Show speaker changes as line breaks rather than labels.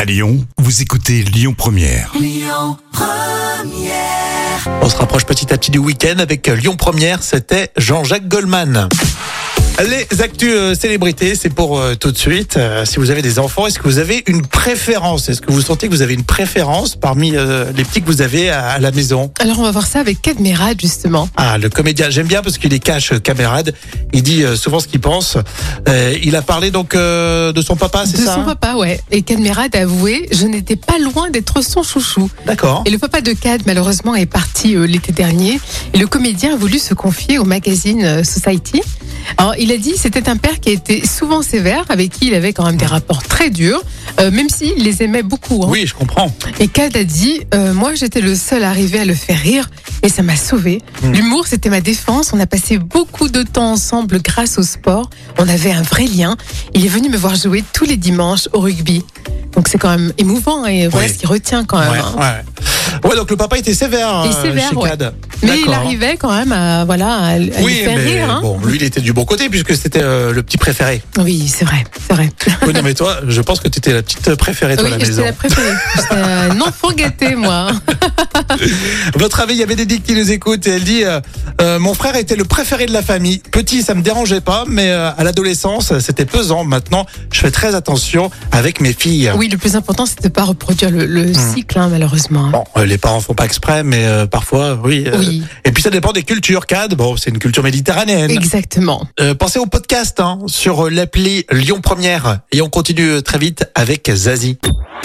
À Lyon, vous écoutez Lyon Première.
On se rapproche petit à petit du week-end avec Lyon Première, c'était Jean-Jacques Goldman. Les actus euh, célébrités, c'est pour euh, tout de suite. Euh, si vous avez des enfants, est-ce que vous avez une préférence Est-ce que vous sentez que vous avez une préférence parmi euh, les petits que vous avez à, à la maison
Alors on va voir ça avec Cadmerade justement.
Ah, le comédien, j'aime bien parce qu'il est cash euh, camarade. Il dit euh, souvent ce qu'il pense. Euh, il a parlé donc euh, de son papa, c'est
de
ça
son papa, ouais. Et Cadmerade a avoué, je n'étais pas loin d'être son chouchou.
D'accord.
Et le papa de Cad, malheureusement, est parti euh, l'été dernier. Et le comédien a voulu se confier au magazine euh, Society. Alors, il a dit c'était un père qui était souvent sévère, avec qui il avait quand même des rapports très durs, euh, même s'il les aimait beaucoup. hein.
Oui, je comprends.
Et Cad a dit euh, Moi, j'étais le seul arrivé à le faire rire et ça m'a sauvé.
Mm.
L'humour, c'était ma défense. On a passé beaucoup de temps ensemble grâce au sport. On avait un vrai lien. Il est venu me voir jouer tous les dimanches au rugby. Donc, c'est quand même émouvant et voilà
Oui.
ce qu'il retient quand
Ouais,
même. hein.
ouais. Ouais, donc le papa était sévère,
Il est
euh,
sévère,
chez
ouais.
Cad.
Mais il
D'accord.
arrivait quand même à, voilà, à, à lui
Oui,
faire
mais
rire. hein.
bon, lui, il était du bon côté puisque c'était euh, le petit préféré.
Oui, c'est vrai, c'est vrai.
Oui, non, mais toi, je pense que tu étais la petite euh, préférée, toi,
oui,
à la
j'étais
maison.
la préférée. J'étais un enfant gâté, moi.
Votre avis, il y avait des qui nous écoute et elle dit euh, euh, Mon frère était le préféré de la famille. Petit, ça me dérangeait pas, mais euh, à l'adolescence, c'était pesant. Maintenant, je fais très attention avec mes filles.
Oui, le plus important, c'est de pas reproduire le, le cycle, hein, malheureusement.
Hmm. Bon, euh, les parents font pas exprès, mais euh, parfois, oui. euh,
Oui.
Et puis ça dépend des cultures. Cad, bon, c'est une culture méditerranéenne.
Exactement.
Euh, pensez au podcast hein, sur euh, l'appli Lyon Première et on continue euh, très vite avec Zazie.